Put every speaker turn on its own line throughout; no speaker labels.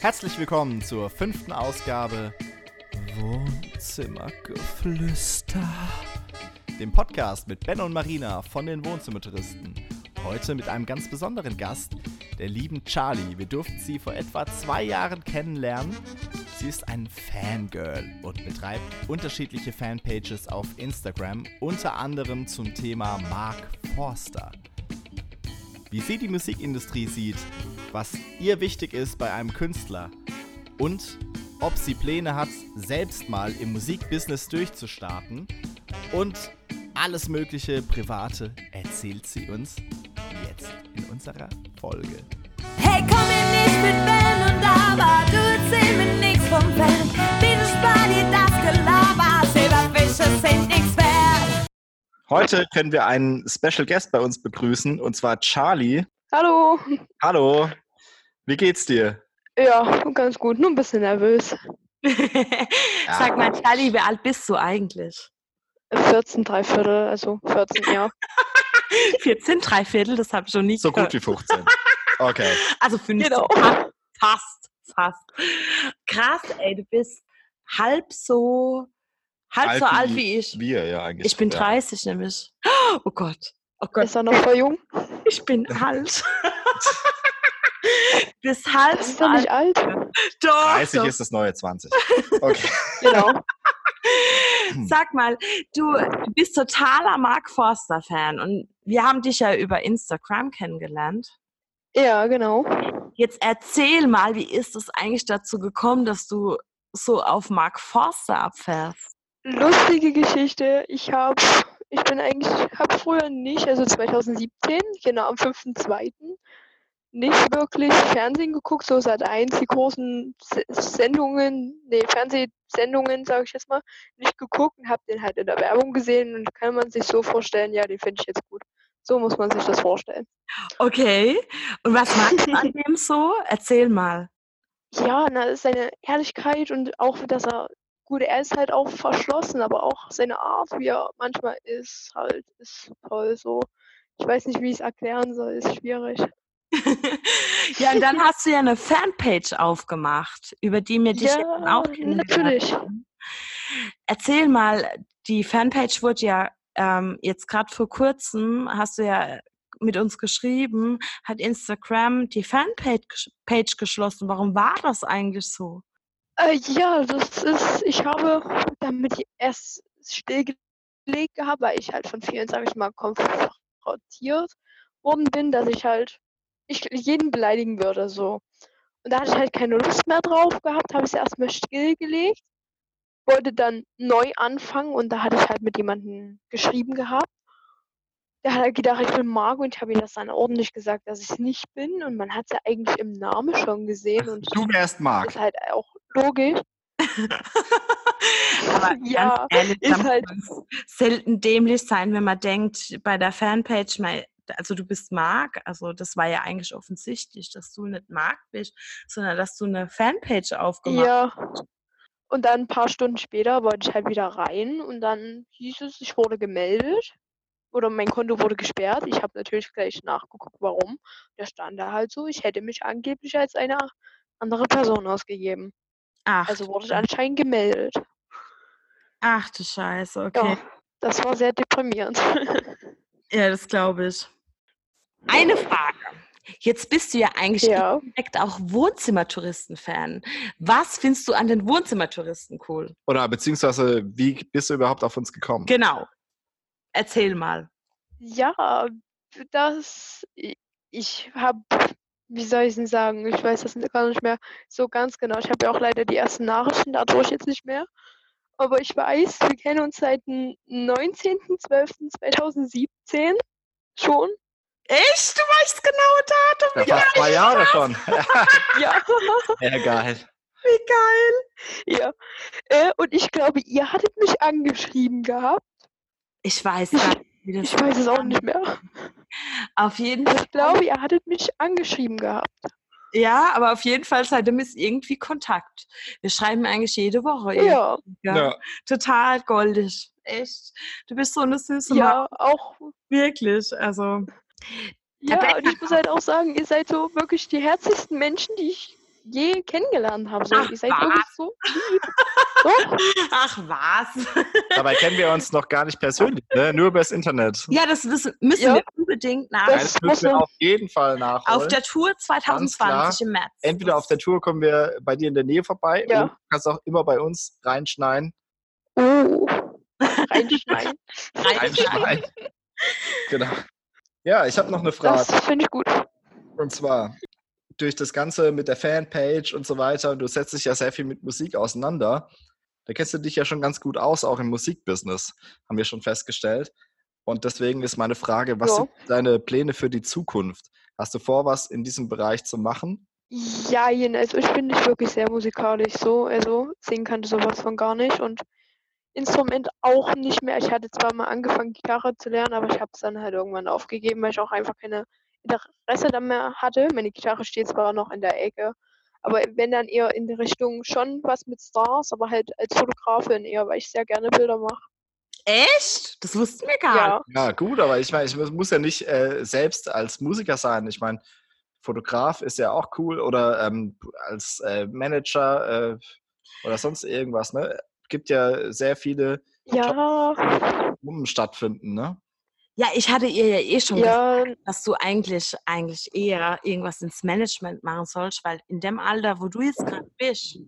Herzlich willkommen zur fünften Ausgabe Wohnzimmergeflüster, dem Podcast mit Ben und Marina von den Wohnzimmertouristen. Heute mit einem ganz besonderen Gast, der lieben Charlie. Wir durften sie vor etwa zwei Jahren kennenlernen. Sie ist ein Fangirl und betreibt unterschiedliche Fanpages auf Instagram, unter anderem zum Thema Mark Forster wie sie die Musikindustrie sieht, was ihr wichtig ist bei einem Künstler und ob sie Pläne hat, selbst mal im Musikbusiness durchzustarten und alles mögliche Private erzählt sie uns jetzt in unserer Folge.
Hey, komm mir nicht mit Ben und aber du erzähl mir nix vom Ben. Bitte spar dir das Gelaber, Silberfische sind nix wert.
Heute können wir einen Special Guest bei uns begrüßen und zwar Charlie.
Hallo.
Hallo, wie geht's dir?
Ja, ganz gut. Nur ein bisschen nervös.
Sag mal, Charlie, wie alt bist du eigentlich?
14, Dreiviertel, also 14 Jahre.
14, drei Viertel, das habe ich schon nie
So gut wie 15. Okay.
Also 15.
Genau.
Fast, fast, fast. Krass, ey, du bist halb so, halb
Alt
so alt
wie-
wie ich.
Wir, ja, eigentlich.
Ich bin
ja.
30 nämlich. Oh Gott, oh Gott,
Ist er noch voll jung?
ich bin alt. Du bist halb
Ist
so
er
alt.
nicht alt?
Doch,
30
doch.
ist das neue 20. Okay.
Genau.
Sag mal, du du bist totaler Mark Forster-Fan und wir haben dich ja über Instagram kennengelernt.
Ja, genau.
Jetzt erzähl mal, wie ist es eigentlich dazu gekommen, dass du so auf Mark Forster abfährst?
Lustige Geschichte. Ich habe, ich bin eigentlich, habe früher nicht, also 2017, genau am 5.2., nicht wirklich Fernsehen geguckt, so seit eins die großen Se- Sendungen, nee, Fernsehsendungen, sage ich jetzt mal, nicht geguckt und habe den halt in der Werbung gesehen und kann man sich so vorstellen, ja, den finde ich jetzt gut. So muss man sich das vorstellen.
Okay. Und was magst du an dem so? Erzähl mal.
ja, na, ist seine Ehrlichkeit und auch, dass er gut, er ist halt auch verschlossen, aber auch seine Art, wie er manchmal ist, halt, ist toll so. Ich weiß nicht, wie ich es erklären soll, ist schwierig.
ja, und dann hast du ja eine Fanpage aufgemacht, über die mir dich
Ja,
eben auch kennengelernt
natürlich.
haben. Erzähl mal, die Fanpage wurde ja ähm, jetzt gerade vor kurzem, hast du ja mit uns geschrieben, hat Instagram die Fanpage gesch- Page geschlossen. Warum war das eigentlich so?
Äh, ja, das ist, ich habe damit die erst stillgelegt gehabt, weil ich halt von vielen, sage ich mal, konfrontiert worden bin, dass ich halt ich jeden beleidigen würde so. Und da hatte ich halt keine Lust mehr drauf gehabt, habe ich es erstmal stillgelegt, wollte dann neu anfangen und da hatte ich halt mit jemandem geschrieben gehabt. Der hat halt gedacht, ich bin Marco und ich habe ihm das dann ordentlich gesagt, dass ich es nicht bin und man hat es ja eigentlich im Namen schon gesehen und
Du wärst Marc.
ist halt auch logisch.
Aber
Ja,
ganz ehrlich, da
ist
muss
halt-
man selten dämlich sein, wenn man denkt, bei der Fanpage, mei- also du bist Marc, also das war ja eigentlich offensichtlich, dass du nicht Marc bist, sondern dass du eine Fanpage aufgemacht hast.
Ja. Und dann ein paar Stunden später wollte ich halt wieder rein und dann hieß es, ich wurde gemeldet oder mein Konto wurde gesperrt. Ich habe natürlich gleich nachgeguckt, warum. Da stand da halt so, ich hätte mich angeblich als eine andere Person ausgegeben.
Ach,
Also wurde ich
du-
anscheinend gemeldet.
ach du Scheiße,
Ja,
okay.
das war sehr deprimierend.
Ja, das glaube ich. Eine Frage. Jetzt bist du ja eigentlich
ja.
direkt auch Wohnzimmertouristen-Fan. Was findest du an den Wohnzimmertouristen cool?
Oder beziehungsweise, wie bist du überhaupt auf uns gekommen?
Genau. Erzähl mal.
Ja, das, i- ich habe, wie soll ich denn sagen, ich weiß das gar nicht mehr so ganz genau. Ich habe ja auch leider die ersten Nachrichten dadurch jetzt nicht mehr. Aber ich weiß, wir kennen uns seit dem 19.12.2017 schon.
Echt? Du weißt genau Datum?
Ja, fast zwei Jahre schon.
Ja,
Ja, geil.
Wie geil.
ja. Äh, und ich glaube, ihr hattet mich angeschrieben gehabt.
Ich weiß gar nicht, wie das
Ich weiß es auch nicht mehr.
Auf jeden Fall.
Ich glaube, ihr hattet mich angeschrieben gehabt.
Ja, aber auf jeden Fall seitdem ist irgendwie Kontakt. Wir schreiben eigentlich jede Woche.
Ja,
irgendwie, ja. Total goldig. Echt. Du bist so eine süße Maus.
ja, auch
Wirklich. Also.
Ja,
Tabletten
und ich muss halt auch sagen, ihr seid so wirklich die herzlichsten Menschen, die ich je kennengelernt habe. So,
Ach,
ihr seid
was?
wirklich so lieb. Doch,
Ach was.
Dabei kennen wir uns noch gar nicht persönlich, ne? nur übers Internet.
Ja, das wissen, müssen
Ja.
wir unbedingt nach.
Das-
Das müssen wir
muss-
auf jeden Fall nachholen.
Auf der Tour 2020 im März.
Entweder auf der Tour kommen wir bei dir in der Nähe vorbei
Ja.
oder du kannst auch immer bei uns reinschneiden.
oh, reinschneiden.
Einschneiden. genau. Ja, ich habe noch eine Frage.
Das finde ich gut.
Und zwar durch das Ganze mit der Fanpage und so weiter. Und du setzt dich ja sehr viel mit Musik auseinander. Da kennst du dich ja schon ganz gut aus, auch im Musikbusiness, haben wir schon festgestellt. Und deswegen ist meine Frage, was
Ja.
sind deine Pläne für die Zukunft? Hast du vor, was in diesem Bereich zu machen?
Ja, also ich bin nicht wirklich sehr musikalisch so. Also singen kannte sowas von gar nicht und Instrument auch nicht mehr. Ich hatte zwar mal angefangen, Gitarre zu lernen, aber ich habe es dann halt irgendwann aufgegeben, weil ich auch einfach keine Interesse dann mehr hatte. Meine Gitarre steht zwar noch in der Ecke, aber wenn dann eher in die Richtung schon was mit Stars, aber halt als Fotografin eher, weil ich sehr gerne Bilder mache.
Echt? Das wussten wir gar nicht.
Ja,
Ja, Ah, gut, aber ich meine, ich muss- muss ja nicht äh, selbst als Musiker sein. Ich meine, Fotograf ist ja auch cool oder ähm, als äh, Manager äh, oder sonst irgendwas. Ne? Gibt ja sehr viele
ja,
Summen stattfinden, ne?
Ja, ich hatte ihr ja eh schon gesagt,
ja,
dass du eigentlich, eigentlich eher irgendwas ins Management machen sollst, weil in dem Alter, wo du jetzt gerade bist,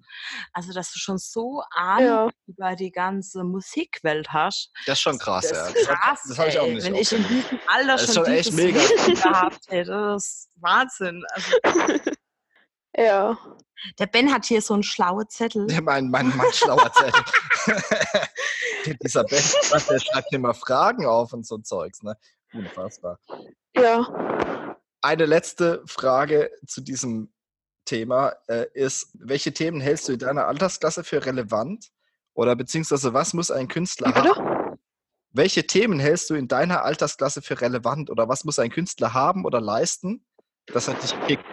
also dass du schon so arm
ja.
über die ganze Musikwelt hast.
Das ist schon krass,
das
ja.
ist
Das hab-
krass,
das habe ich auch
ey.
nicht.
Wenn ich in
aufgenommen.
diesem Alter
Das ist
schon,
schon echt
dieses
mega.
Wissen gehabt hätte, das ist Wahnsinn. Also,
Ja,
der Ben hat hier so einen schlauen Zettel.
Ja, mein, mein, mein schlauer Zettel. Die- Dieser Ben, was, der schreibt immer Fragen auf und so Zeugs, ne? Unfassbar.
ja.
Eine letzte Frage zu diesem Thema äh, ist, welche Themen hältst du in deiner Altersklasse für relevant? Oder beziehungsweise was muss ein Künstler
Wie bitte?
haben? Welche Themen hältst du in deiner Altersklasse für relevant oder was muss ein Künstler haben oder leisten, dass er dich kickt?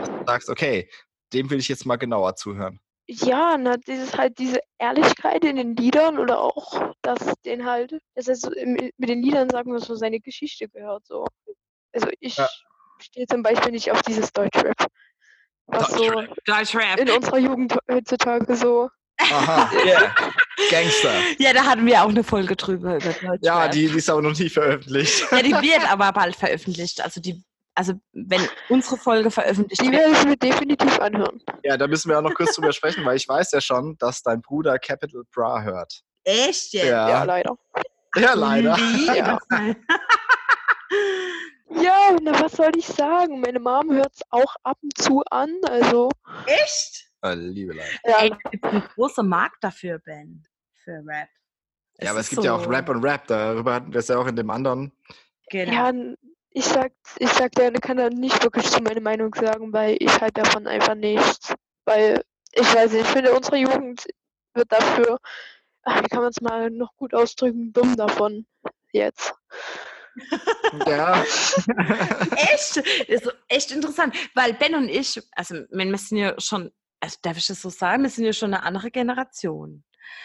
Dass du sagst, okay, dem will ich jetzt mal genauer zuhören.
Ja, na, dieses halt diese Ehrlichkeit in den Liedern oder auch, dass den halt, dass er so im- mit den Liedern sagen wir so seine Geschichte gehört so. Also ich
Ja.
stehe zum Beispiel nicht auf dieses Deutschrap, was so
Deutschrap.
in unserer Jugend heutzutage so.
Aha, yeah. Gangster.
Ja, da hatten wir auch eine Folge drüber über Deutschrap.
Ja, die, die ist aber noch nie veröffentlicht.
Ja, die wird aber bald veröffentlicht. Also die, also wenn unsere Folge veröffentlicht
Die
wird,
werde ich mir definitiv anhören.
Ja, da müssen wir auch noch kurz drüber sprechen, weil ich weiß ja schon, dass dein Bruder Capital Bra hört.
echt
Ja,
Ja,
leider.
ja leider.
Ja.
Ja.
Ja, na, was soll ich sagen? Meine Mom hört es auch ab und zu an, also
Echt?
Äh, Liebe Leid.
ja,
Ey, es gibt einen großen Markt dafür, Ben. Für Rap.
Ja, aber es
ist
gibt ja auch Rap und Rap, darüber hatten wir es ja auch in dem anderen.
Genau.
Ja, n- ich sag, ich sag, der kann da nicht wirklich so meine Meinung sagen, weil ich halt davon einfach nichts. Weil, ich weiß nicht, ich finde, unsere Jugend wird dafür, ach, wie kann man es mal noch gut ausdrücken, dumm davon. Jetzt.
Ja,
Echt? Ist echt interessant. Weil Ben und ich, also wir wir sind ja schon, also darf ich das so sagen, wir sind ja schon eine andere Generation.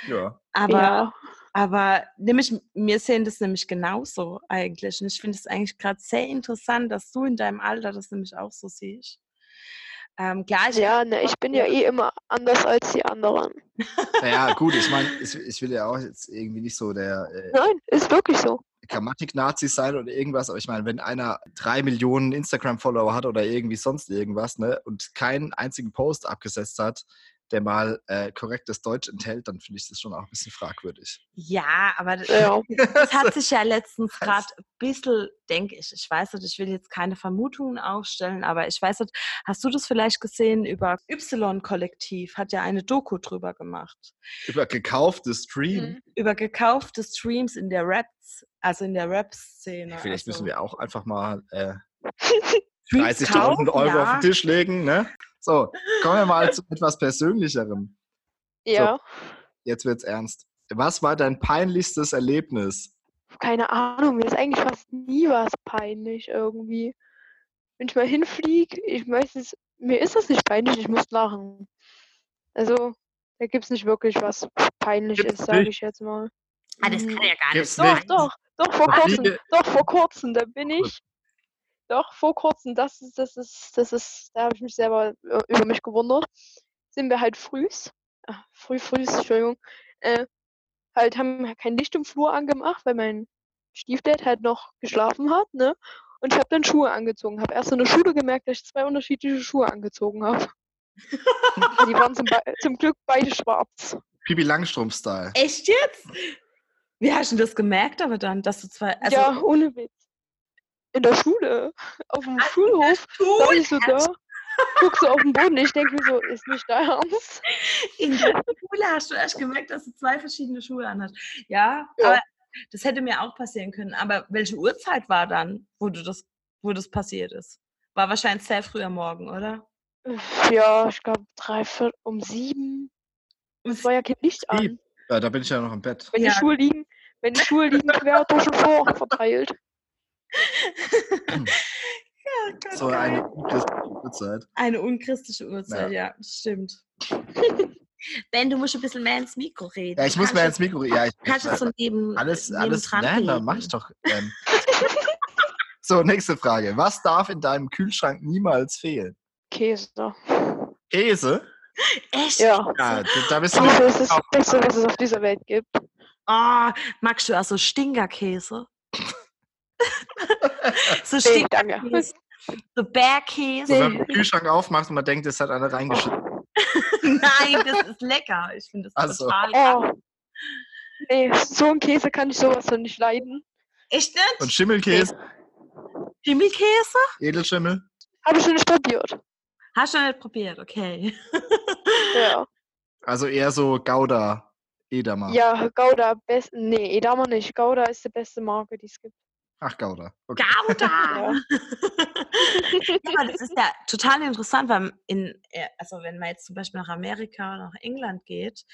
ja.
Aber,
ja.
aber nämlich, wir sehen das nämlich genauso eigentlich. Und ich finde es eigentlich gerade sehr interessant, dass du in deinem Alter das nämlich auch so siehst. Ähm, klar, ich
Ja, ne, ich bin ja eh immer anders als die anderen.
Naja, gut, ich meine, ich, ich will ja auch jetzt irgendwie nicht so der äh,
Nein, ist wirklich so.
Grammatik-Nazi sein oder irgendwas, aber ich meine, wenn einer drei Millionen Instagram-Follower hat oder irgendwie sonst irgendwas, ne, und keinen einzigen Post abgesetzt hat, der mal äh, korrektes Deutsch enthält, dann finde ich das schon auch ein bisschen fragwürdig.
ja, aber
Ja.
Das hat sich ja letztens gerade ein bisschen, denke ich, ich weiß nicht, ich will jetzt keine Vermutungen aufstellen, aber ich weiß nicht, hast du das vielleicht gesehen über Y-Kollektiv, hat ja eine Doku drüber gemacht,
Über gekaufte Stream.
Mhm.
über gekaufte Streams in der Raps, also in der Rap-Szene.
Vielleicht
also
müssen wir auch einfach mal äh,
Streams
30.000
kaufen,
Euro
ja.
auf den Tisch legen. Ne? So, kommen wir mal zu etwas Persönlicherem.
Ja.
Jetzt wird's ernst. Was war dein peinlichstes Erlebnis?
Keine Ahnung, mir ist eigentlich fast nie was peinlich irgendwie. Wenn ich mal hinfliege, ich meistens, mir ist das nicht peinlich, ich muss lachen. Also, da gibt es nicht wirklich was peinlich
Gibt's
ist, sage
nicht?
ich jetzt mal.
Ah, das
Mhm.
kann ja gar nicht
Gibt's
sein.
nicht.
Doch, doch, doch, vor
Doch,
kurzem,
Liebe-
doch, vor kurzem, da bin
Gut.
ich Doch, vor kurzem, das ist, das ist, das ist, da habe ich mich selber äh, über mich gewundert. Sind wir halt frühs, ach, früh, frühs, Entschuldigung, äh, halt haben kein Licht im Flur angemacht, weil mein Stiefdad halt noch geschlafen hat, ne? Und ich habe dann Schuhe angezogen. Habe erst in der Schule gemerkt, dass ich zwei unterschiedliche Schuhe angezogen habe. Die waren zum, Be- zum Glück beide schwarz.
Pipi Langstrumpf-Style.
Echt jetzt? Wie hast du das gemerkt aber dann, dass du zwei... Also,
ja, ohne Witz. In der Schule, auf
Ah,
dem Schulhof,
du
saß ich so da, guck so auf den Boden. Ich denke mir so, ist nicht dein Ernst?
in der Schule hast du erst gemerkt, dass du zwei verschiedene Schuhe anhast. Ja,
Ja.
aber das hätte mir auch passieren können. Aber welche Uhrzeit war dann, wo, du das, wo das passiert ist? War wahrscheinlich sehr früh am Morgen, oder?
Ja, ich glaube, drei, vier, um sieben. Es war ja kein Licht an.
Sieben. Ja, da bin ich ja noch im Bett.
Wenn
Ja.
die Schuhe liegen, wenn die Schuhe liegen, quer durch und vor verteilt.
Ja, Gott,
So
geil.
eine gute Uhrzeit.
Eine unchristliche Uhrzeit, ja, das stimmt. Ben, du musst ein bisschen mehr ins Mikro reden.
Ja, ich muss
Kannst
mir
du-
jetzt Mikro. Ja, ich,
Kannst du zum Neben.
alles,
neben
alles.
dran
Nein, dann
reden?
mach ich doch. Ähm. so, nächste Frage. Was darf in deinem Kühlschrank niemals fehlen?
Käse.
Käse?
Echt?
Ja.
Ja, da, da bist du.
Käse ist das Beste, was es auf dieser Welt gibt.
Oh, magst du also Stingerkäse? so
Nee,
Stingerkäse,
danke.
so Bärkäse.
So, wenn man den Kühlschrank aufmacht und man denkt, es hat einer reingeschüttet.
Nein, das ist lecker. Ich finde das
Ach so.
total lecker.
Oh. Nee, so ein Käse kann ich sowas von nicht leiden.
Echt nicht?
Und Schimmelkäse,
Schimmelkäse?
Edelschimmel.
Habe ich schon nicht probiert.
Hast du noch nicht probiert, okay.
Ja.
Also eher so Gouda,
Ah.
Edamer.
Ja, Gouda, best. Nee, Edammer nicht. Gouda ist die beste Marke, die es gibt.
Ach, Gouda. Okay.
Gouda!
Ja.
Ja, aber das ist ja total interessant, weil in, äh, also wenn man jetzt zum Beispiel nach Amerika oder nach England geht,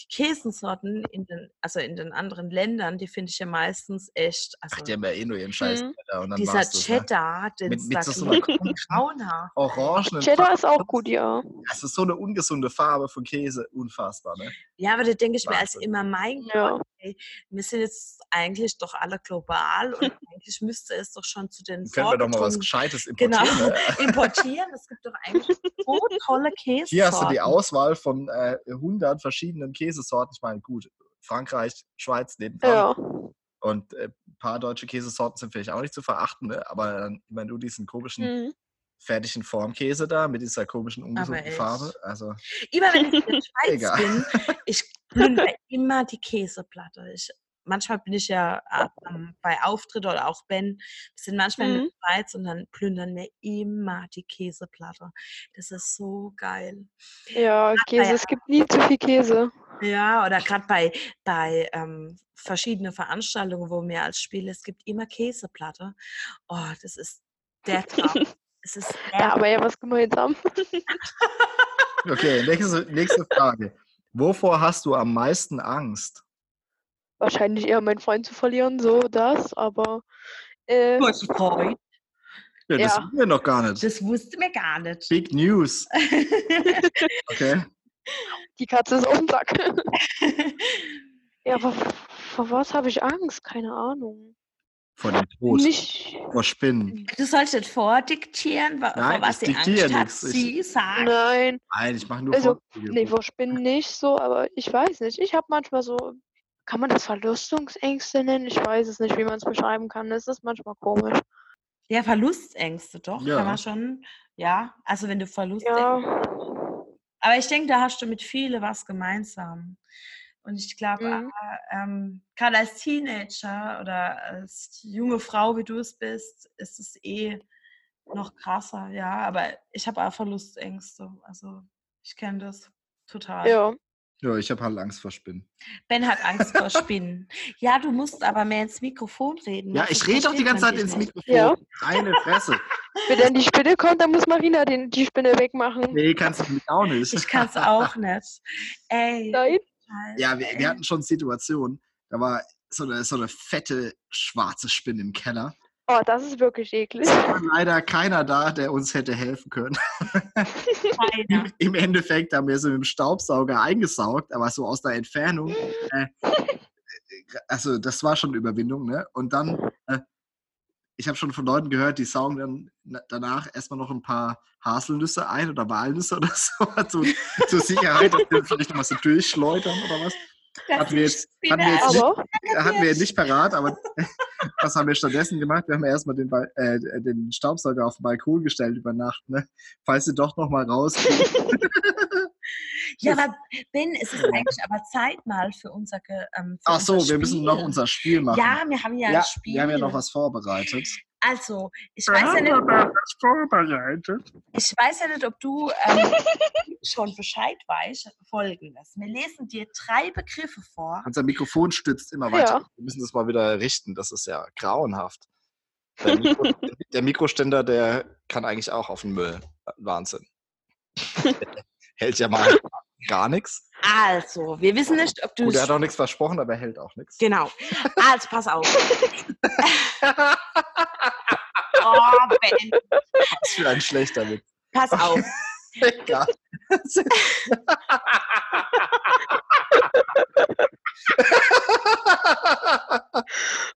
die Käsensorten in den, also in den anderen Ländern, die finde ich ja meistens echt, also
Ach, die haben ja eh nur ihren Scheiß.
Mhm.
Alter, Und dann
dieser
war's das, ne?
Cheddar, den
Mit,
es da
mit so, so einer
gibt,
komischen
grauenhaft.
orangenen
Cheddar ist auch
Farbe.
gut, ja.
Das ist so eine ungesunde Farbe von Käse. Unfassbar, ne?
Ja, aber da denke ich mir als
Wahnsinn.
immer, mein
Ja.
wir sind jetzt eigentlich doch alle global und eigentlich müsste es doch schon zu den
Können wir doch mal was
vorgedrungen-
Gescheites importieren.
Genau,
Ne?
importieren. Es gibt doch eigentlich so tolle Käse.
Hier hast du die Auswahl von äh, 100 verschiedenen Käsesorten. Ich meine, gut, Frankreich, Schweiz, nebenan.
Ja.
Und äh, ein paar deutsche Käsesorten sind vielleicht auch nicht zu verachten, ne? aber dann immer nur diesen komischen,
Hm. Mhm.
fertigen Formkäse da mit dieser komischen, ungesunden
echt.
Farbe. Also,
Immer wenn ich in der Schweiz
Egal.
bin, ich plündere immer die Käseplatte. Ich, manchmal bin ich ja äh, ähm, bei Auftritten oder auch Ben, wir sind manchmal in
Mhm.
der Schweiz und dann plündern wir immer die Käseplatte. Das ist so geil.
Ja, Käse. Es gibt nie zu viel Käse.
Ja, oder gerade bei, bei ähm, verschiedenen Veranstaltungen, wo wir als Spiele, es gibt immer Käseplatte. Oh, das ist der Traum. es ist der
Ja, aber ja, was gemeinsam.
okay, nächste, nächste Frage. Wovor hast du am meisten Angst?
Wahrscheinlich eher meinen Freund zu verlieren, so, das, aber. Äh,
Kurz Freund.
Ja, das
Ja.
wissen wir noch gar nicht.
Das wusste mir gar nicht.
Big News. Okay.
die Katze ist auf dem Sack. Ja, vor, vor was habe ich Angst? Keine Ahnung.
Vor dem Tod,
Nicht.
vor Spinnen.
du sollst nicht vordiktieren, wa
Nein,
vor was
ich
sie Angst
diktiere
hat.
nichts. Ich-
Sie sagt.
Nein.
Nein, ich mache nur
Also,
Vorzüge.
Nee, vor Spinnen nicht so, aber ich weiß nicht. Ich habe manchmal so. Kann man das Verlustungsängste nennen? Ich weiß es nicht, wie man es beschreiben kann. Es ist manchmal komisch.
Ja, Verlustängste, doch.
Ja.
Kann man schon. Ja, also wenn du Verlustängste
Ja.
Aber ich denke, da hast du mit viele was gemeinsam. Und ich glaube,
Mhm.
äh, ähm, gerade als Teenager oder als junge Frau, wie du es bist, ist es eh noch krasser, ja. Aber ich habe auch Verlustängste. Also ich kenne das total.
Ja.
Ja, ich habe halt Angst vor Spinnen.
Ben hat Angst vor Spinnen. Ja, du musst aber mehr ins Mikrofon reden.
Ja,
ne?
ich
Sonst
rede doch die
versteht
ganze
man
Zeit
dich
ins
nicht.
Mikrofon.
Ja.
Eine Fresse.
Wenn dann die Spinne kommt, dann muss Marina den, die Spinne wegmachen.
Nee, kannst du mich auch nicht.
Ich kann es auch nicht. Ey.
Nein.
Scheiße,
Ja, wir,
ey.
wir hatten schon Situationen, da war so eine, so eine fette schwarze Spinne im Keller.
Oh, das ist wirklich eklig.
War Leider keiner da, der uns hätte helfen können.
Keiner.
Im Endeffekt haben wir sie mit dem Staubsauger eingesaugt, aber so aus der Entfernung. Äh, also das war schon Überwindung, ne? Und dann äh, ich habe schon von Leuten gehört, die saugen dann na- danach erstmal noch ein paar Haselnüsse ein oder Walnüsse oder so, zu, zur Sicherheit, dass wir vielleicht noch was so durchschleudern oder was. Hatten wir jetzt, hatten wir jetzt nicht,
Aber
hatten wir jetzt nicht parat, aber was haben wir stattdessen gemacht? Wir haben ja erstmal den, Bal- äh, den Staubsauger auf den Balkon gestellt über Nacht, ne? falls sie doch nochmal raus.
Ja, aber Ben, es ist eigentlich aber Zeit mal für unser. Ge- Ähm, für
Ach so,
unser
wir müssen
Spiel.
noch unser Spiel machen.
Ja, wir haben ja,
Ja,
ein Spiel.
wir haben ja noch was vorbereitet.
Also, ich weiß ja nicht,
was vorbereitet.
Ich weiß ja nicht, ob du ähm, schon Bescheid weißt. Folgendes. Wir lesen dir drei Begriffe vor.
Unser Mikrofon stützt immer
Ja.
weiter. Wir müssen das mal wieder richten. Das ist ja grauenhaft. Der, Mikro, der Mikroständer, der kann eigentlich auch auf den Müll. Wahnsinn. hält ja mal gar nichts.
Also, wir wissen nicht, ob du.
Gut, er Oh, hat auch nichts versprochen, aber er hält auch nichts.
genau. Also, pass auf. oh, Ben,
Was für ein schlechter Witz.
pass auf.
Egal.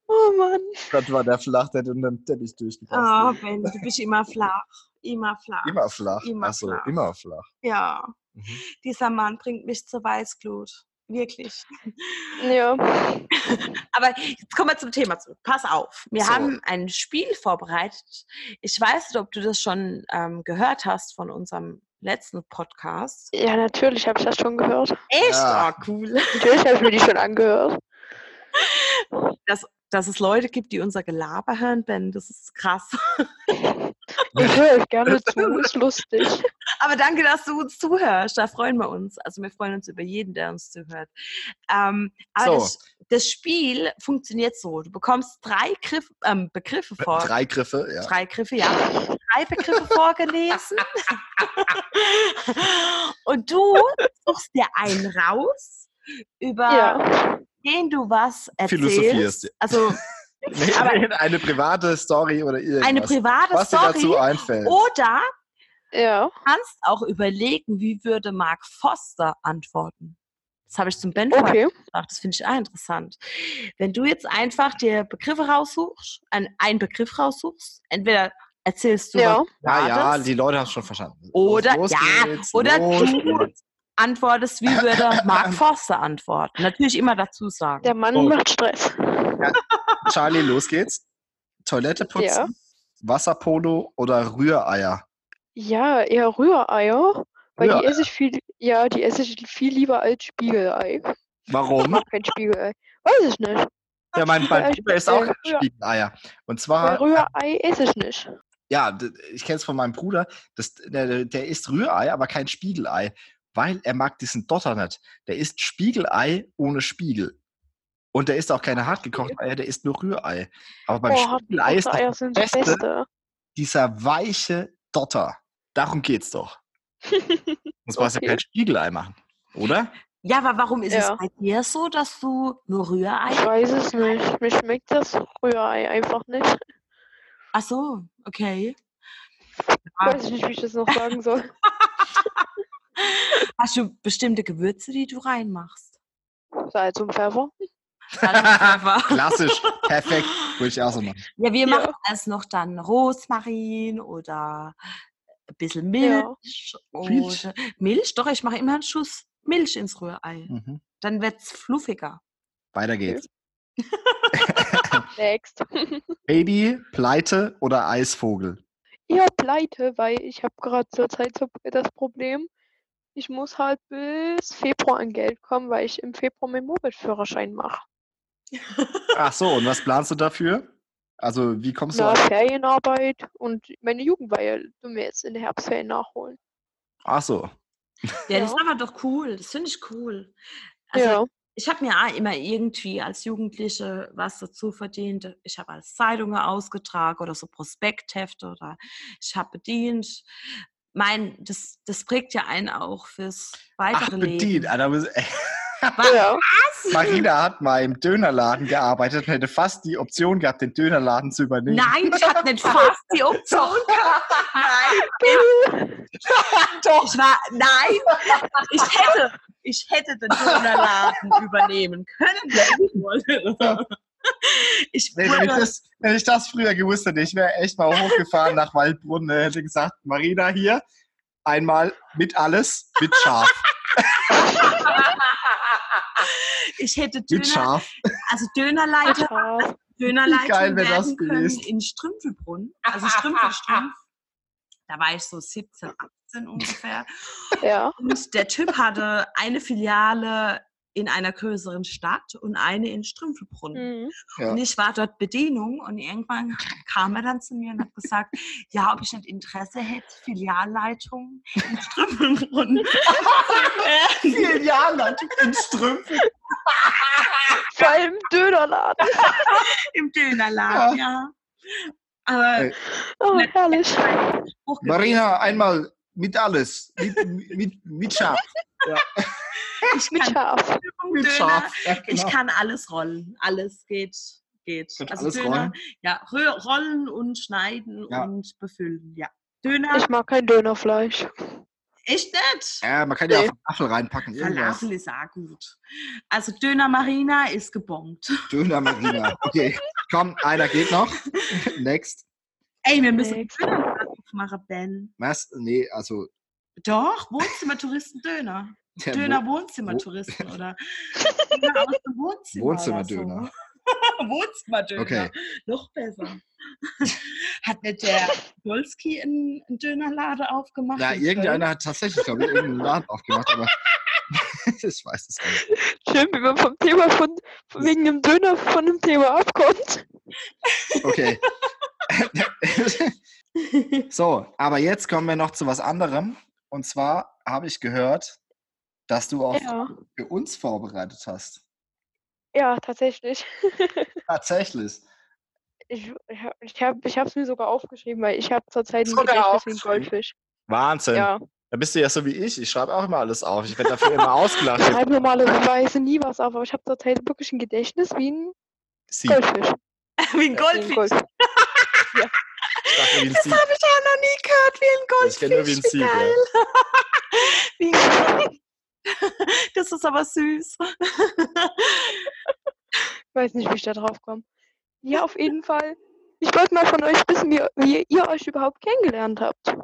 oh Mann.
Das war der Flach, der hat in den Teppich durchgepasst.
Oh, Ben, du bist immer flach. Immer flach.
Immer flach.
Immer
Ach so,
flach.
immer flach.
Ja.
Mhm.
Dieser Mann bringt mich zur Weißglut. Wirklich.
Ja.
Aber jetzt kommen wir zum Thema zurück. Pass auf. Wir
So.
haben ein Spiel vorbereitet. Ich weiß nicht, ob du das schon ähm, gehört hast von unserem letzten Podcast.
Ja, natürlich habe ich das schon gehört.
Echt?
Ja.
Oh, cool.
Natürlich habe ich mir die schon angehört.
Dass es Leute gibt, die unser Gelaber hören, Ben, das ist krass.
Ich höre euch gerne zu, ist lustig.
Aber danke, dass du uns zuhörst. Da freuen wir uns. Also wir freuen uns über jeden, der uns zuhört. Ähm, aber
So.
das, das Spiel funktioniert so. Du bekommst drei Griff, ähm, Begriffe vor.
Drei Griffe, ja.
drei Griffe, ja, drei Begriffe vorgelesen. Und du suchst dir einen raus, über
Ja.
den du was erzählst.
Philosophierst, ja.
Also
Nee,
Aber-
eine private Story oder irgendwas.
eine private
was dir dazu
Story. Oh,
einfällt.
Oder
Ja.
kannst auch überlegen, wie würde Mark Foster antworten. Das habe ich zum Ben vorher
Okay.
gesagt. Das finde ich auch interessant. Wenn du jetzt einfach dir Begriffe raussuchst, einen, einen Begriff raussuchst, entweder erzählst du
Ja.
was
ja, ja,
Privates,
die Leute haben es schon verstanden.
Oder- ja,
geht's,
oder
los
du-
geht's.
antwortest, wie würde Mark Forster antworten? Natürlich immer dazu sagen.
Der Mann
Oh.
macht Stress.
Charlie, los geht's. Toilette putzen,
Ja.
Wasserpolo oder Rühreier.
Ja, eher Rühreier. Weil die
Rühreier.
esse ich viel, ja, die esse ich viel lieber als Spiegelei. Ich
Warum?
mag kein Spiegelei. Weiß ich nicht.
ja, mein, mein Bruder ist auch ein
Rühr-
Spiegeleier. Und
Weil
zwar,
Rührei esse ich nicht.
ja, d- ich kenne es von meinem Bruder, das, der, der isst Rührei, aber kein Spiegelei, weil er mag diesen Dotter nicht. Der isst Spiegelei ohne Spiegel. Und der isst auch keine hartgekochten Eier, der isst nur Rührei. Aber beim
Oh,
Spiegelei ist doch
Eier sind das
Beste.
Beste.
dieser weiche Dotter. Darum geht's doch. Muss man ja
Okay.
kein Spiegelei machen, oder?
Ja, aber warum ist
Ja.
es bei dir so, dass du nur
Ich
Rührei?
weiß es nicht. Mir schmeckt das Rührei einfach nicht.
Ach so, okay. Ah.
Weiß ich nicht, wie ich das noch sagen soll.
Hast du bestimmte Gewürze, die du reinmachst?
Salz und Pfeffer.
ja,
Klassisch, perfekt. Würde ich auch so machen.
wir machen erst noch dann Rosmarin oder ein bisschen
Ja.
Milch.
Milch?
Oder Milch? Doch, ich mache immer einen Schuss Milch ins Rührei.
Mhm.
Dann wird es fluffiger.
Weiter geht's.
Next.
Baby, Pleite oder Eisvogel?
Ja, pleite, weil ich habe gerade zurzeit so das Problem, ich muss halt bis Februar an Geld kommen, weil ich im Februar meinen Mobilführerschein mache.
Ach so, und was planst du dafür? Also, wie kommst du
Na,
an?
Ferienarbeit und meine Jugendweihe tun wir jetzt in den Herbstferien nachholen.
Ach so.
Ja, das ist
Ja.
aber doch cool. Das finde ich cool. Also
ja.
Ich habe mir auch immer irgendwie als Jugendliche was dazu verdient. Ich habe als Zeitungen ausgetragen oder so Prospekthefte oder ich habe bedient. Mein, das, das prägt ja einen auch fürs
Ach,
weitere
bedient.
Leben.
Ah, da muss-
ja.
Marina hat mal im Dönerladen gearbeitet und hätte fast die Option gehabt, den Dönerladen zu übernehmen.
Nein, ich habe nicht fast die Option gehabt. Nein,
Doch,
ich war, nein, ich hätte, ich hätte den Dönerladen übernehmen können, wenn ich wollte. Ich
Nee, wenn, ich
wurde,
das, wenn ich das früher gewusst hätte, ich wäre echt mal hochgefahren nach Waldbrunn, äh, hätte gesagt, Marina hier, einmal mit alles, mit Schaf,
ich hätte
mit
Döner,
Schaf.
also Dönerleiter
Scharf.
Dönerleitung
Geil wär das
werden können
gewesen.
in Strümpfelbrunn. Also Strümpfelstrumpf. Da war ich so 17, 18 ungefähr.
Ja.
Und der Typ hatte eine Filiale in einer größeren Stadt und eine in Strümpfelbrunn.
Mhm.
Ja.
Und ich war dort Bedienung und irgendwann kam er dann zu mir und hat gesagt, ja, ob ich nicht Interesse hätte, Filialleitung in Strümpfelbrunn.
Vielen Jahren lang in Strümpfen.
Vor allem im Dönerladen.
Im Dönerladen, ja. Aber
Ey.
Oh,
Nee.
herrlich.
Spruch
Marina, einmal mit alles, mit, mit, mit Schaf.
ich
Mit
kann
Schaf.
Mit
Döner,
Schaf. Ja,
ich
genau.
kann alles rollen. Alles geht. geht.
Könnt
Also
alles
Döner,
rollen.
Ja, rö- rollen und schneiden
Ja.
und befüllen. Ja. Döner,
Ich mag kein Dönerfleisch.
echt nicht.
Ja, man kann ja
Nee.
auch Apfel reinpacken. Irgendwas.
Falafel ist auch gut. Also Döner Marina ist gebongt.
Döner Marina. Okay, komm, einer geht noch. Next.
Ey, wir müssen
Nix.
einen Dönerbahnhof machen, Ben.
Was? Nee, also
Doch, Wohnzimmertouristen-Döner.
der Wo-
Döner-Wohnzimmertouristen oder Döner aus dem Wohnzimmer. oder so.
Wohnzimmerdöner.
Wohnzimmerdöner.
Okay.
Noch besser. Hat nicht der Dolski einen einen Dönerlade aufgemacht?
Ja,
in
irgendeiner hat tatsächlich, glaube ich, irgendeinen Laden aufgemacht, aber ich weiß es nicht.
Schön, wie man vom Thema von, wegen dem Döner von dem Thema abkommt.
Okay.
Köln?
so, aber jetzt kommen wir noch zu was anderem. Und zwar habe ich gehört, dass du auch
Ja.
für uns vorbereitet hast.
Ja, tatsächlich.
Tatsächlich.
Ich, ich habe ich hab, ich hab's mir sogar aufgeschrieben, weil ich habe zurzeit ein
Sogar
Gedächtnis wie ein
aufgeschrieben?
Goldfisch.
Wahnsinn.
Ja.
Da bist du ja so wie ich. Ich schreibe auch immer alles auf. Ich werde dafür immer ausgelacht.
Ich schreibe Halt normalerweise nie was auf, aber ich habe zurzeit wirklich ein Gedächtnis wie ein
Sie.
Goldfisch.
Wie ein
Wie ein
Goldfisch.
Goldfisch.
Ich dachte, wie ein Sieg.
Habe ich auch noch nie gehört, wie ein Goldfisch.
Ich kenne nur wie ein Sieg.
geil.
Ja.
Wie ein das ist aber süß.
Ich weiß nicht, wie ich da drauf komme. Ja, auf jeden Fall. Ich wollte mal von euch wissen, wie, wie ihr euch überhaupt kennengelernt habt.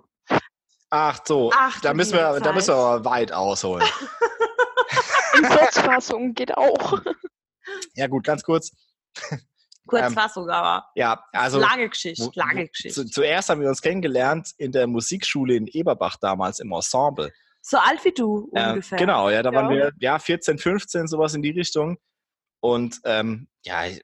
Ach so,
Ach,
da,
du
müssen wir,
liebe
da müssen wir
Zeit.
aber weit ausholen.
Die Kurzfassung geht auch.
Ja gut, ganz kurz.
Kurz
Ähm,
war sogar, aber
Ja, also
lange Geschichte,
wo- wo-
lange Geschichte.
zu, zuerst haben wir uns kennengelernt in der Musikschule in Eberbach damals im Ensemble.
so alt wie du
Äh,
ungefähr.
Genau, ja, da
Ja.
waren wir ja 14, 15, sowas in die Richtung. Und ähm, ja, ich-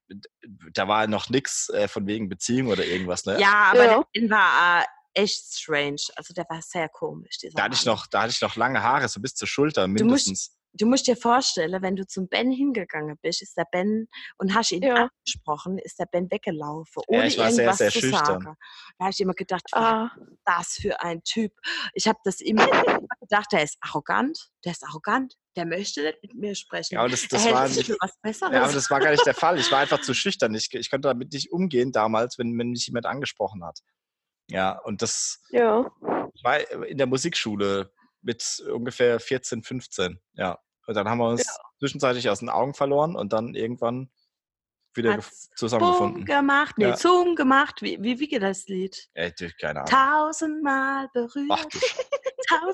da war noch nichts äh, von wegen Beziehung oder irgendwas. Ne?
Ja, aber
Ja.
der Ben war äh, echt strange. Also der war sehr komisch. Dieser
Da hatte ich
Mann.
noch, da hatte ich noch lange Haare, so bis zur Schulter
musst-
mindestens.
Du musst dir vorstellen, wenn du zum Ben hingegangen bist, ist der Ben und hast ihn
Ja.
angesprochen, ist der Ben weggelaufen,
Ja,
ohne
ich war sehr,
irgendwas
sehr
zu
schüchtern.
sagen. Da habe ich immer gedacht, was
Ah,
ist das für ein Typ? Ich habe das immer gedacht, der ist arrogant, der ist arrogant, der möchte nicht mit mir sprechen.
Ja, aber das, das
er
war
hält sich
nicht,
für was Besseres.
ja, aber das war gar nicht der Fall. Ich war einfach zu schüchtern. Ich, ich konnte damit nicht umgehen damals, wenn, wenn mich jemand angesprochen hat. Ja, und das
ja.
war äh, in der Musikschule mit ungefähr 14, 15. Ja. Und dann haben wir uns zwischenzeitlich aus den Augen verloren und dann irgendwann wieder gef-
Hat's Boom
zusammengefunden.
gemacht, nee,
Ja.
Zoom gemacht. Wie, wie, wie geht das Lied?
Ey, du, keine Ahnung.
Tausendmal berührt.
Ach, du Sch-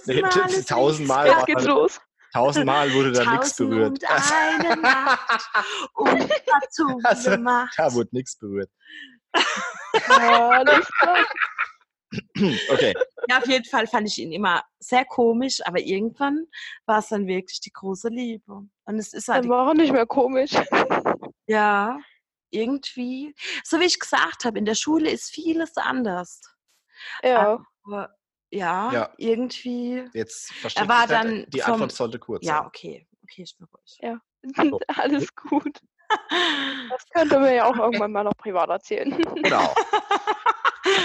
nee,
tausendmal. ist nichts
tausendmal,
Jetzt
war-
geht's los.
tausendmal wurde da nichts
Tausend
berührt.
und eine Nacht und dazu
Also,
gemacht.
Da wurde nichts berührt.
Ja, alles klar.
Okay.
Ja, auf jeden Fall fand ich ihn immer sehr komisch, aber irgendwann war es dann wirklich die große Liebe. Und es ist halt,
Dann war auch nicht mehr komisch.
ja, irgendwie, so wie ich gesagt habe, in der Schule ist vieles anders.
Ja.
Aber ja,
Ja.
irgendwie,
Jetzt verstehe
Er war
ich nicht.
dann
Die
vom-
Antwort sollte kurz
ja,
sein.
okay, okay, ich bin ruhig.
Alles gut. Das könnte man ja auch irgendwann mal noch privat erzählen.
Genau.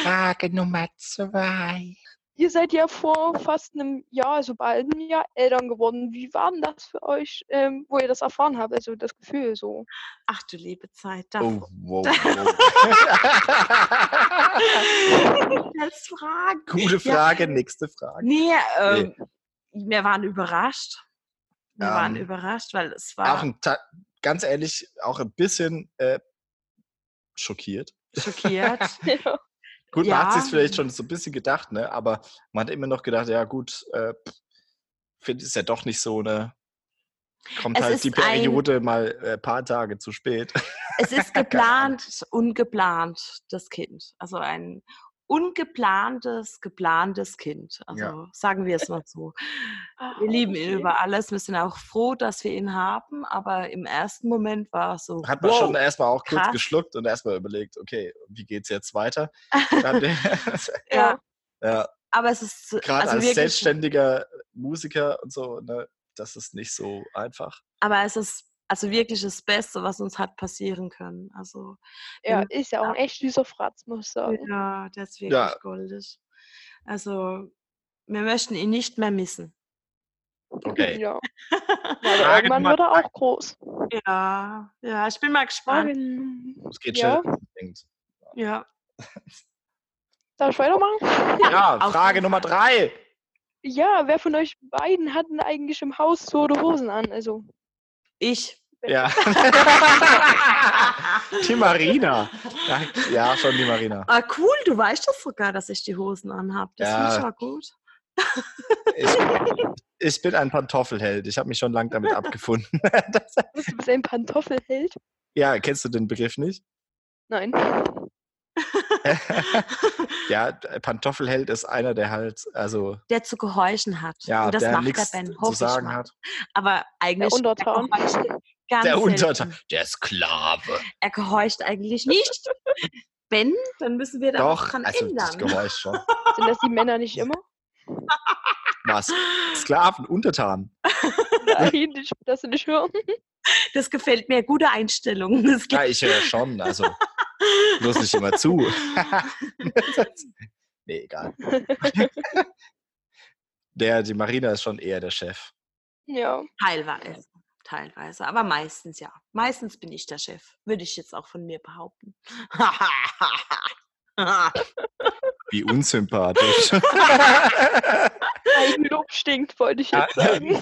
Frage Nummer zwei.
Ihr seid ja vor fast einem Jahr, also bald einem Jahr, Eltern geworden. Wie war denn das für euch, ähm, wo ihr das erfahren habt? Also das Gefühl so.
Ach du liebe Zeit, da
Oh, wow, wow.
das Fragen.
Gute Frage, nächste Frage.
Nee, ähm, wir waren überrascht. Wir waren
Ähm,
überrascht, weil es
Auch
war.
ein, Ta- ganz ehrlich, auch ein bisschen äh,
schockiert.
schockiert.
Ja.
Gut, man hat
Ja.
sich vielleicht schon so ein bisschen gedacht, ne? aber man hat immer noch gedacht, ja gut, äh, pff, find- ist ja doch nicht so eine. Kommt
Es
halt
ist
die
ein-
Periode mal ein äh, paar Tage zu spät.
Es ist geplant, ungeplant, das Kind. Also ein ungeplantes, geplantes Kind. Also
Ja.
sagen wir es mal so.
Ah,
Wir lieben
okay.
ihn über alles. Wir sind auch froh, dass wir ihn haben. Aber im ersten Moment war es so.
Hat man
wow.
schon äh, erstmal auch kurz
krass.
geschluckt und erstmal überlegt, okay, wie geht's jetzt weiter? Dann-
Ja.
ja,
Aber es ist
gerade
also
als
wirklich,
selbstständiger Musiker und so, ne? das ist nicht so einfach.
Aber es ist also wirklich das Beste, was uns hat passieren können. Also
Ja, ist ja auch ein echt süßer Fratz, muss ich sagen.
ja, das ist wirklich
Ja.
goldig. Also wir möchten ihn nicht mehr missen.
Okay.
Ja. Weil
Frage
irgendwann
Nummer
wird er auch groß.
Ja, ja, ich bin mal gespannt.
Fragen.
Es geht
ja.
schneller, als man denkt.
Ja.
Darf ich weitermachen?
Ja,
auf
Frage
jeden
Nummer drei.
Ja, wer von euch beiden hat denn eigentlich im Haus so oder Hosen an? Also,
Ich.
Ja. die Marina. Ja, schon die Marina.
Ah, cool, du weißt doch sogar, dass ich die Hosen anhab. Das finde
Ja.
ich mal gut.
Ich, ich bin ein Pantoffelheld. Ich habe mich schon lange damit abgefunden. Das,
bist du bist ein Pantoffelheld?
ja, kennst du den Begriff nicht?
Nein.
Ja, Pantoffelheld ist einer, der halt, also,
Der zu gehorchen hat.
ja,
Und Oh, das
der
macht
nichts
der Ben,
zu
hoffe ich
sagen
mal.
hat.
Aber eigentlich.
Der Untertan.
Er gehorcht ganz
Der Untertan,
selten.
der Sklave.
Er gehorcht eigentlich nicht. Ben, dann müssen wir da was
Doch,
dran
also das
ändern.
Geräusch schon.
Sind das die Männer nicht immer?
Was? Sklaven, Untertan.
Nein, ich, dass sie nicht hören.
Das gefällt mir. Gute Einstellung. Das
Ja, ich höre schon, also, bloß nicht immer zu. nee, egal. Der, die Marina ist schon eher der Chef.
Ja.
Teilweise. Teilweise, aber meistens ja. Meistens bin ich der Chef, würde ich jetzt auch von mir behaupten.
Wie unsympathisch.
Eigenlob stinkt, wollte ich jetzt sagen.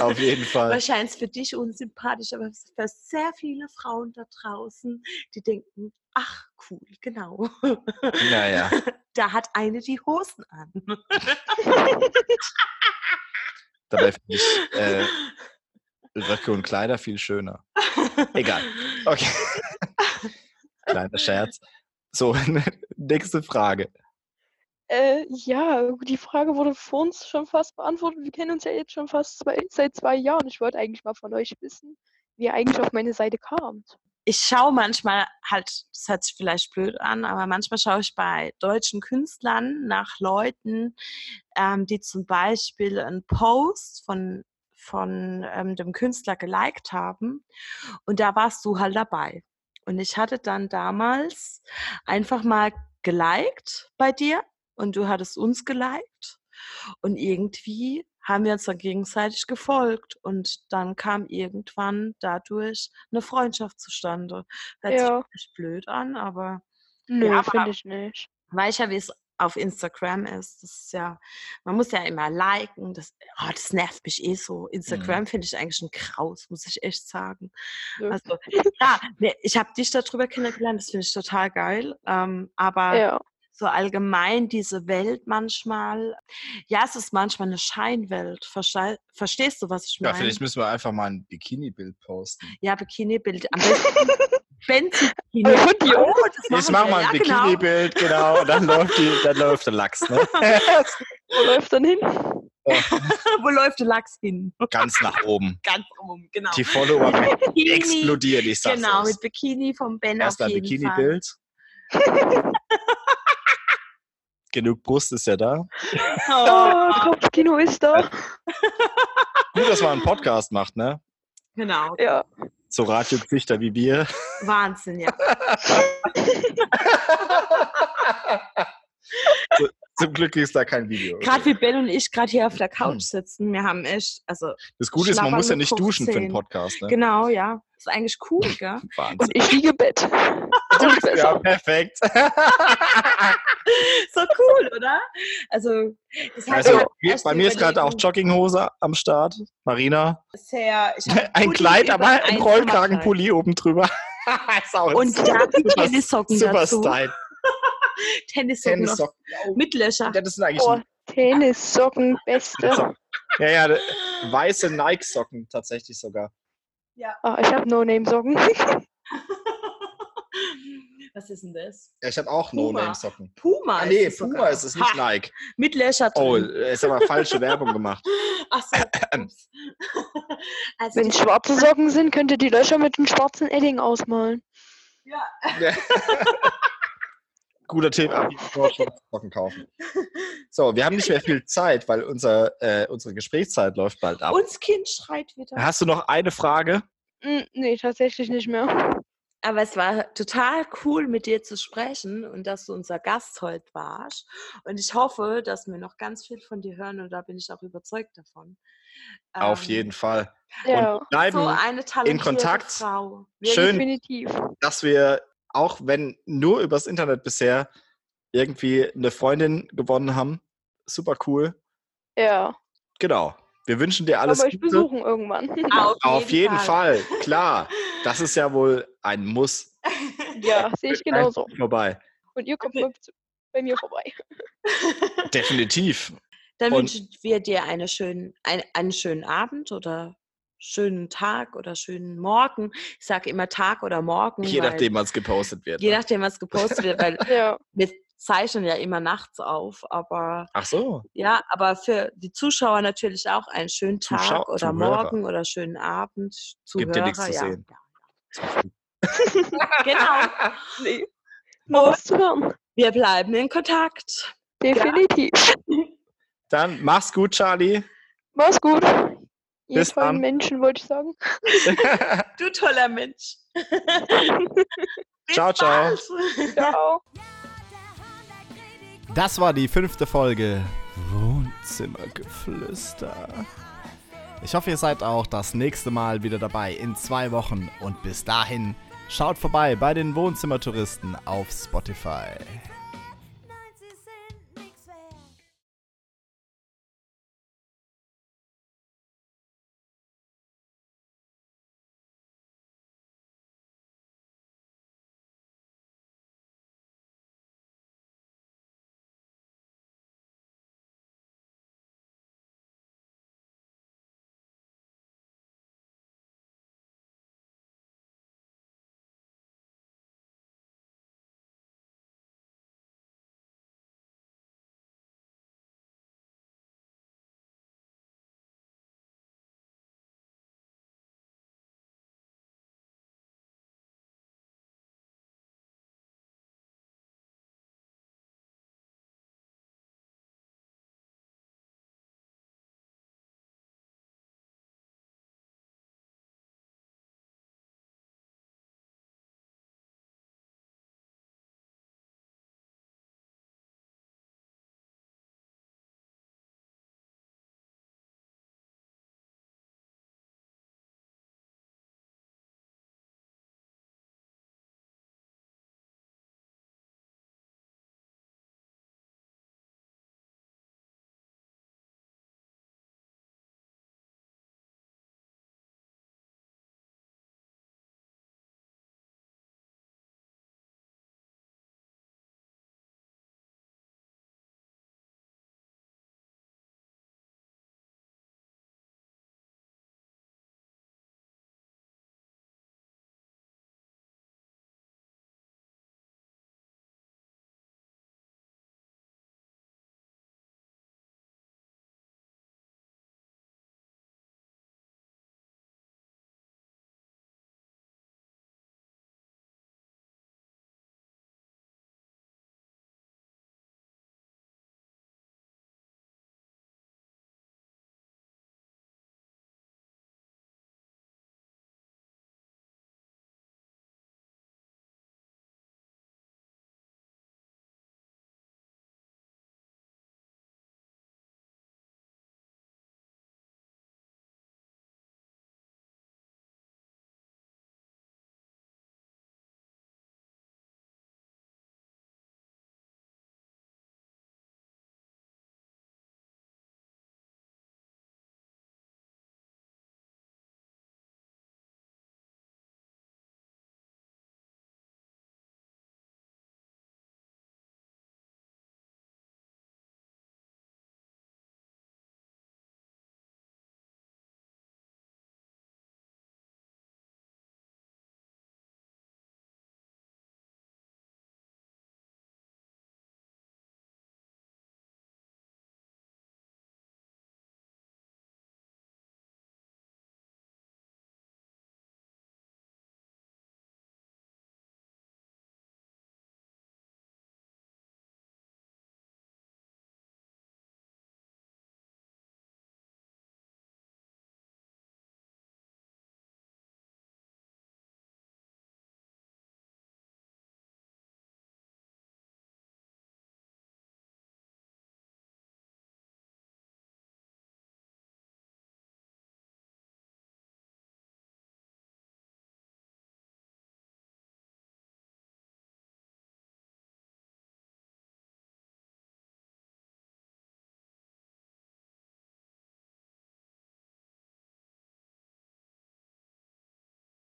Auf jeden Fall.
Wahrscheinlich für dich unsympathisch, aber für sehr viele Frauen da draußen, die denken, ach cool, genau.
Naja.
Da hat eine die Hosen an.
Dabei finde ich äh, Röcke und Kleider viel schöner. Egal. Okay. Kleiner Scherz. So, nächste Frage.
Äh, ja, die Frage wurde vor uns schon fast beantwortet. Wir kennen uns ja jetzt schon fast zwei, seit zwei Jahren. Ich wollte eigentlich mal von euch wissen, wie ihr eigentlich auf meine Seite kamt.
ich schaue manchmal halt, das hört sich vielleicht blöd an, aber manchmal schaue ich bei deutschen Künstlern nach Leuten, ähm, die zum Beispiel einen Post von, von ähm, dem Künstler geliked haben und da warst du halt dabei. Und ich hatte dann damals einfach mal geliked bei dir und du hattest uns geliked und irgendwie haben wir uns dann gegenseitig gefolgt und dann kam irgendwann dadurch eine Freundschaft zustande. Hört sich
Ja.
vielleicht blöd an, aber
Nö,
aber-
finde ich nicht.
weiß ja, wie es auf Instagram ist. Das ist ja, man muss ja immer liken. Das, oh, das nervt mich eh so. Instagram finde ich eigentlich ein Kraus, muss ich echt sagen.
Nö.
Also, ja, nee, ich habe dich darüber kennengelernt, das finde ich total geil. Ähm, aber
ja.
so allgemein diese Welt manchmal, ja, es ist manchmal eine Scheinwelt. Verstei verstehst du, was ich
Ja,
meine?
vielleicht müssen wir einfach mal ein Bikini-Bild posten.
Ja, Bikini-Bild. Am besten Benz-Bikini.
Aber Hund, die
Oh, das
Jetzt machen
machen wir.
wir ein
Ja, genau.
Bikini-Bild, genau. Und dann läuft, die, dann läuft der Lachs. Ne?
Wo läuft dann hin?
genau. Wo läuft der Lachs hin?
Ganz nach oben.
Ganz rum, genau.
Die Follower
Bikini,
explodieren, ich sag's
Genau,
euch.
mit Bikini vom Ben
Erst
auf
ein
jeden
Bikini-Bild. Genug Brust ist ja da.
Fall.
Oh, Kopfkino ist da.
Gut, dass man einen Podcast macht, ne?
Genau,
Ja.
So Radiogesichter wie wir.
Wahnsinn, ja.
Zum Glück ist da kein Video.
Gerade wie Ben und ich gerade hier auf der Couch
Hm.
sitzen, wir haben echt, also
Das Gute ist, man muss ja nicht
schlabbernde
duschen für einen
Kochszenen.
Podcast. Ne?
genau, ja. Ist eigentlich cool, gell?
Wahnsinn.
Und ich liege im Bett. Das ist
Ja,
besser.
perfekt.
so cool, oder? Also, das heißt,
Also,
man kann
mir-
echt
bei mir ist gerade auch
überlegen,
Jogginghose am Start. Marina.
bisher- ich hab
Ein
Pulli
Kleid,
über
aber ein
1,3.
Rollkragenpulli oben drüber. ist auch ein
Und da die
super-
Tennissocken
super
dazu.
Style.
Tennissocken noch. Ah.
Tennissocken. Oh,
mit Löcher.
das sind eigentlich
Oh, Tennissocken, beste.
ja, ja, de- weiße Nike-Socken tatsächlich sogar.
Oh, ich habe No-Name-Socken.
Was ist denn das?
Ja, ich habe auch
Puma.
No-Name-Socken.
Puma.
Ah, nee,
ist es
Puma
sogar.
ist es, nicht
Ha,
Nike.
mit Löcher
Oh,
drin.
äh, jetzt haben wir falsche Werbung gemacht.
Ach so. ups. also,
Wenn es schwarze Socken sind, könnt ihr die Löcher mit einem schwarzen Edding ausmalen.
ja,
Guter Tipp, nur schwarze Socken kaufen. So, wir haben nicht mehr viel Zeit, weil unser, äh, unsere Gesprächszeit läuft bald ab. Äh,
uns Kind schreit wieder.
Hast du noch eine Frage?
Hm, nee, tatsächlich nicht mehr.
Aber es war total cool, mit dir zu sprechen und dass du unser Gast heute warst. Und ich hoffe, dass wir noch ganz viel von dir hören und da bin ich auch überzeugt davon.
Auf
Ähm,
jeden Fall.
Ja,
Und bleiben,
So eine talentierte
Kontakt.
Frau.
Schön.
definitiv.
dass wir, auch wenn nur übers Internet bisher, irgendwie eine Freundin gewonnen haben. Super cool.
Ja,
Genau. Wir wünschen dir alles
aber ich
Gute.
besuchen irgendwann.
Auf,
Auf jeden Fall. Klar. Das ist ja wohl ein Muss.
Ja, sehe ich genauso.
Vorbei.
Und ihr kommt
Okay.
mit zu- bei mir vorbei.
Definitiv.
Dann
Und-
wünschen wir dir eine schönen, ein, einen schönen Abend oder schönen Tag oder schönen Morgen. Ich sage immer Tag oder Morgen.
Je
weil-
nachdem, also was gepostet wird.
Je
ne?
nachdem, was gepostet wird, weil
Ja,
wir zeichnen ja immer nachts auf, aber
Ach so.
ja, aber für die Zuschauer natürlich auch einen schönen Tag
Zuschau-
oder
Zuhörer.
Morgen oder schönen Abend. Zuhörer,
Gibt dir nichts zu
ja.
sehen.
Genau.
nee. Nur was zu hören.
Wir bleiben in Kontakt.
Definitiv.
Dann mach's gut, Charlie.
Mach's gut. Ihr
Bis
tollen
dann.
Menschen, wollte ich sagen.
Du toller Mensch. Bis
Ciao, ciao.
bald.
Ciao.
Das war die fünfte Folge Wohnzimmergeflüster. Ich hoffe, ihr seid auch das nächste Mal wieder dabei in zwei Wochen und bis dahin schaut vorbei bei den Wohnzimmertouristen auf Spotify.